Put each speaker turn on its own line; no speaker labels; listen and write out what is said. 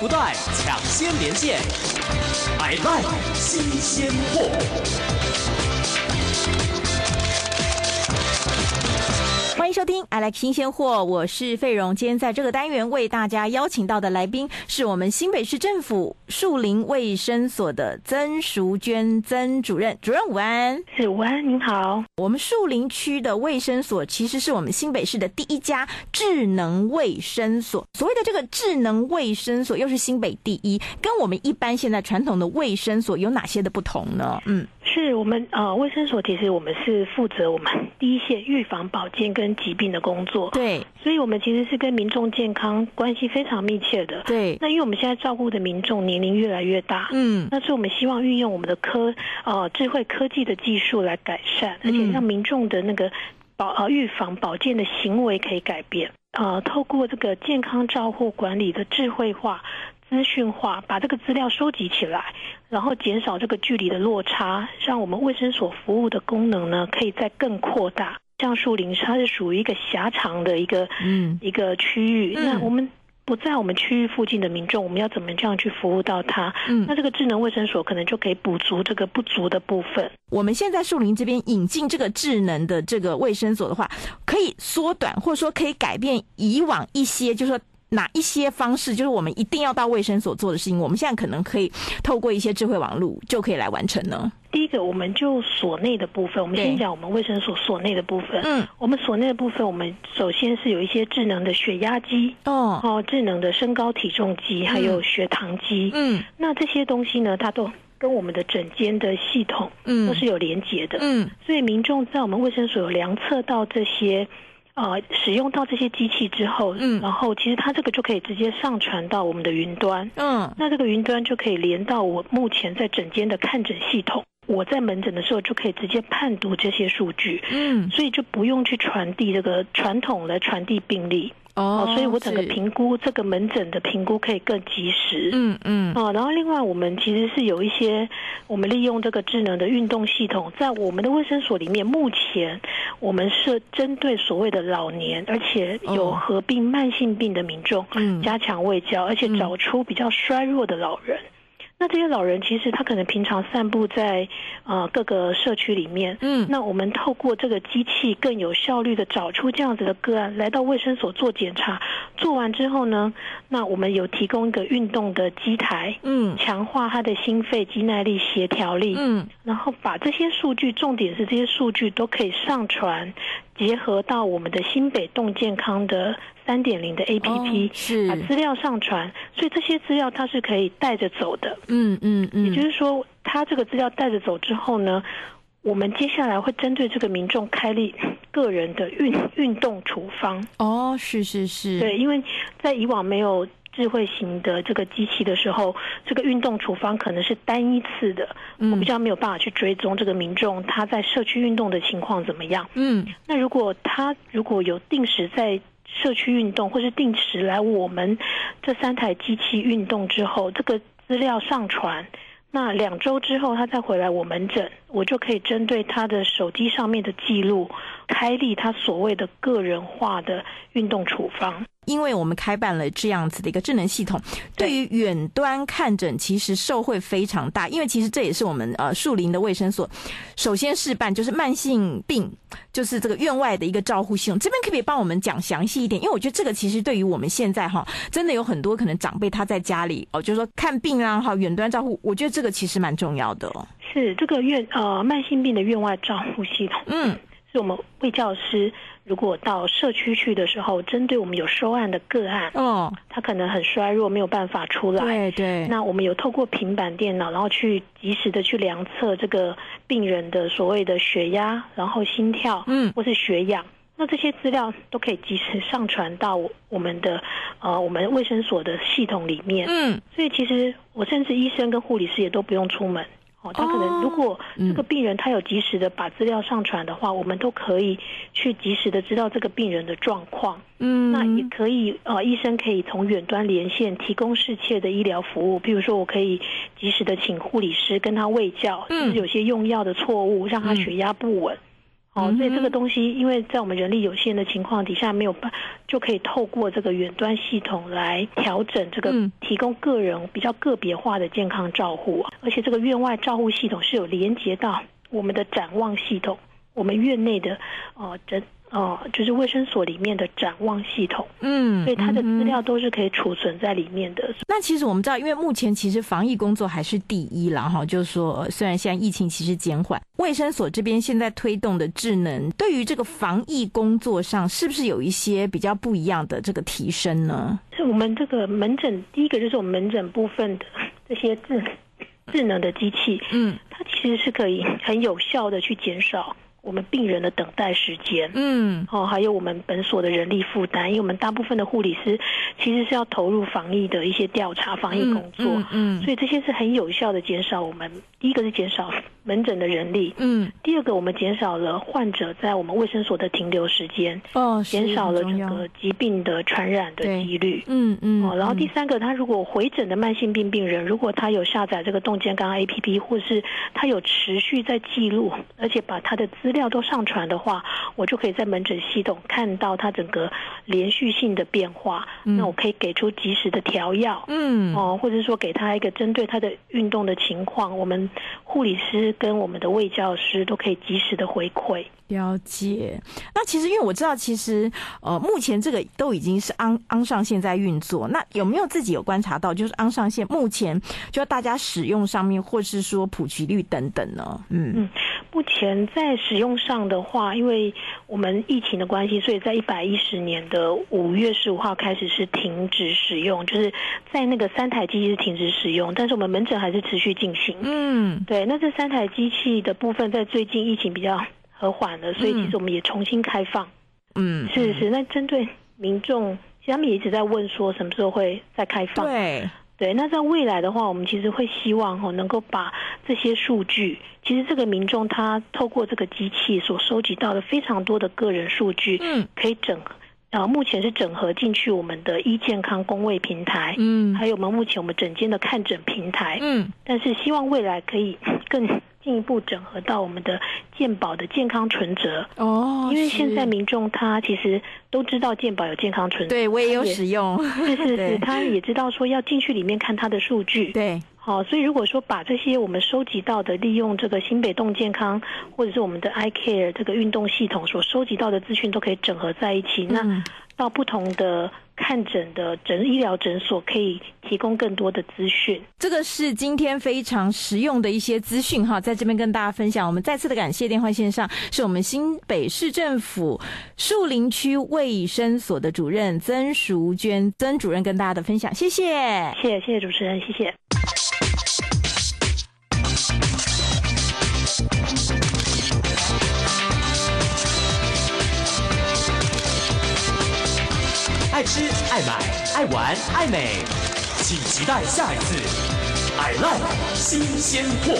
不断，抢先连线，I like 新鲜货。
欢迎收听《I Like 新鲜货》，我是费荣。今天在这个单元为大家邀请到的来宾是我们新北市政府树林卫生所的曾淑娟曾主任。主任午安。
是午安，您好。
我们树林区的卫生所其实是我们新北市的第一家智能卫生所。所谓的这个智能卫生所，又是新北第一，跟我们一般现在传统的卫生所有哪些的不同呢？嗯，
是我们呃卫生所，其实我们是负责我们第一线预防保健跟疾病的工作，
对
所以我们其实是跟民众健康关系非常密切的。
对，
那因为我们现在照顾的民众年龄越来越大，
嗯
那所以我们希望运用我们的科呃智慧科技的技术来改善，而且
嗯
让民众的那个保呃预防保健的行为可以改变。呃，透过这个健康照护管理的智慧化、资讯化，把这个资料收集起来，然后减少这个距离的落差，让我们卫生所服务的功能呢可以再更扩大。像树林，它是属于一个狭长的一个
嗯。
一个区域，
嗯
那我们不在我们区域附近的民众，我们要怎么这样去服务到他？
嗯
那这个智能卫生所可能就可以补足这个不足的部分。
我们现在树林这边引进这个智能的这个卫生所的话，可以缩短或者说可以改变以往一些，就是说哪一些方式，就是我们一定要到卫生所做的事情，我们现在可能可以透过一些智慧网络就可以来完成呢。
第一个，我们就所内的部分，我们
对
先讲我们卫生所所内的部分。
嗯，
我们所内的部分，我们首先是有一些智能的血压机，
哦，
哦，智能的身高体重机，还有血糖机。
嗯
那这些东西呢，它都跟我们的整间的系统都
嗯
是有连接的。
嗯
所以民众在我们卫生所有量测到这些，呃，使用到这些机器之后，
嗯
然后其实它这个就可以直接上传到我们的云端，
嗯
那这个云端就可以连到我目前在诊间的看诊系统，我在门诊的时候就可以直接判读这些数据。
嗯，
所以就不用去传递这个传统来传递病例
哦，
所以我整个
是，
评估这个门诊的评估可以更及时。
嗯嗯
哦，然后另外我们其实是有一些，我们利用这个智能的运动系统，在我们的卫生所里面，目前我们是针对所谓的老年，而且有
哦
合并慢性病的民众，
嗯
加强卫教，而且
嗯
找出比较衰弱的老人。那这些老人其实他可能平常散步在呃各个社区里面，
嗯
那我们透过这个机器更有效率的找出这样子的个案，来到卫生所做检查，做完之后呢，那我们有提供一个运动的机台，
嗯
强化他的心肺肌耐力、协调力，
嗯
然后把这些数据，重点是这些数据都可以上传，结合到我们的新北动健康的三点零的
哦
APP，、
是
把资料上传，所以这些资料它是可以带着走的。
嗯嗯
也
嗯
就是说，他这个资料带着走之后呢，我们接下来会针对这个民众开立个人的运运动处方。
哦是是是
对，因为在以往没有。智慧型的这个机器的时候，这个运动处方可能是单一次的，我
嗯
比较没有办法去追踪这个民众他在社区运动的情况怎么样。
嗯
那如果他如果有定时在社区运动，或是定时来我们这三台机器运动之后，这个资料上传，那两周之后他再回来我门诊，我就可以针对他的手机上面的记录，开立他所谓的个人化的运动处方。
因为我们开办了这样子的一个智能系统，
对
对于远端看诊其实受惠非常大。因为其实这也是我们呃树林的卫生所首先示范，就是慢性病，就是这个院外的一个照护系统。这边可不可以帮我们讲详细一点？因为我觉得这个其实对于我们现在哈，真的有很多可能长辈他在家里哦，就是说看病啊哈，远端照护，我觉得这个其实蛮重要的哦。
是这个院呃慢性病的院外照护系统，
嗯
是我们卫教师如果到社区去的时候，针对我们有收案的个案，
哦，
他可能很衰弱，没有办法出来。
对对，
那我们有透过平板电脑，然后去及时的去量测这个病人的所谓的血压，然后心跳，
嗯
或是血氧。那这些资料都可以及时上传到我我们的呃我们卫生所的系统里面。
嗯
所以其实我甚至医生跟护理师也都不用出门。哦，他可
哦
能如果
嗯
这个病人他有及时的把资料上传的话，我们都可以去及时的知道这个病人的状况。
嗯，
那也可以，呃，医生可以从远端连线提供适切的医疗服务，譬如说我可以及时的请护理师跟他喂教，
嗯
就是有些用药的错误让他
嗯
血压不稳，哦
嗯，
所以这
哼
个东西，因为在我们人力有限的情况底下，没有办，就可以透过这个远端系统来调整这个
嗯
提供个人比较个别化的健康照护，而且这个院外照护系统是有连接到我们的展望系统，我们院内的呃诊呃就是卫生所里面的展望系统，
嗯，
所以它的
嗯
资
哼
料都是可以储存在里面的。
那其实我们知道，因为目前其实防疫工作还是第一啦，哈，就是说，呃虽然现在疫情其实减缓，卫生所这边现在推动的智能，对于这个防疫工作上，是不是有一些比较不一样的这个提升呢？
是我们这个门诊，第一个就是我们门诊部分的这些智智能的机器，
嗯
它其实是可以很有效的去减少我们病人的等待时间。
嗯
哦，还有我们本所的人力负担，因为我们大部分的护理师其实是要投入防疫的一些调查、防疫工作，
嗯嗯
所以这些是很有效的减少我们第一个是减少门诊的人力，
嗯，
第二个我们减少了患者在我们卫生所的停留时间，
哦，是
减少了
很重
整
要
个疾病的传染的
对
几率。
嗯嗯，
哦，然后第
嗯
三个，他如果回诊的慢性病病人，如果他有下载这个动健康 APP，或是他有持续在记录，而且把他的资料都上传的话，我就可以在门诊系统看到他整个连续性的变化。
嗯
那我可以给出及时的调药。
嗯
哦，或者说给他一个针对他的运动的情况，我们护理师跟我们的卫教师都可以及时的回馈。
了解，那其实因为我知道，其实呃，目前这个都已经是昂昂上线在运作。那有没有自己有观察到，就是昂上线目前就大家使用上面，或是说普及率等等呢？嗯
嗯目前在使用上的话，因为我们疫情的关系，所以在一百一十年的五月十五号开始是停止使用，就是在那个三台机器是停止使用，但是我们门诊还是持续进行。
嗯
对，那这三台机器的部分，在最近疫情比较和缓了，所以
嗯
其实我们也重新开放。
嗯，
是是，那针对民众，其实他们也一直在问说什么时候会再开放。
对，
对，那在未来的话，我们其实会希望哦，能够把这些数据，其实这个民众他透过这个机器所收集到的非常多的个人数据，
嗯
可以整合，呃，目前是整合进去我们的医健康工位平台，
嗯
还有我们目前我们整间的看诊平台，
嗯
但是希望未来可以 更进一步整合到我们的健保的健康存折，
哦，
因为现在
是
民众他其实都知道健保有健康存折，
对我也有
他也
使用，
是是
对
是，他也知道说要进去里面看他的数据，
对，
好，所以如果说把这些我们收集到的，利用这个新北动健康或者是我们的 iCare 这个运动系统所收集到的资讯，都可以整合在一起，那
嗯
到不同的看诊的诊医疗诊所可以提供更多的资讯。
这个是今天非常实用的一些资讯哈，在这边跟大家分享。我们再次的感谢电话线上是我们新北市政府树林区卫生所的主任曾淑娟曾主任跟大家的分享，谢谢。
谢谢谢谢主持人，谢谢。
爱吃、爱买、爱玩、爱美，请期待下一次。I like 新鲜货。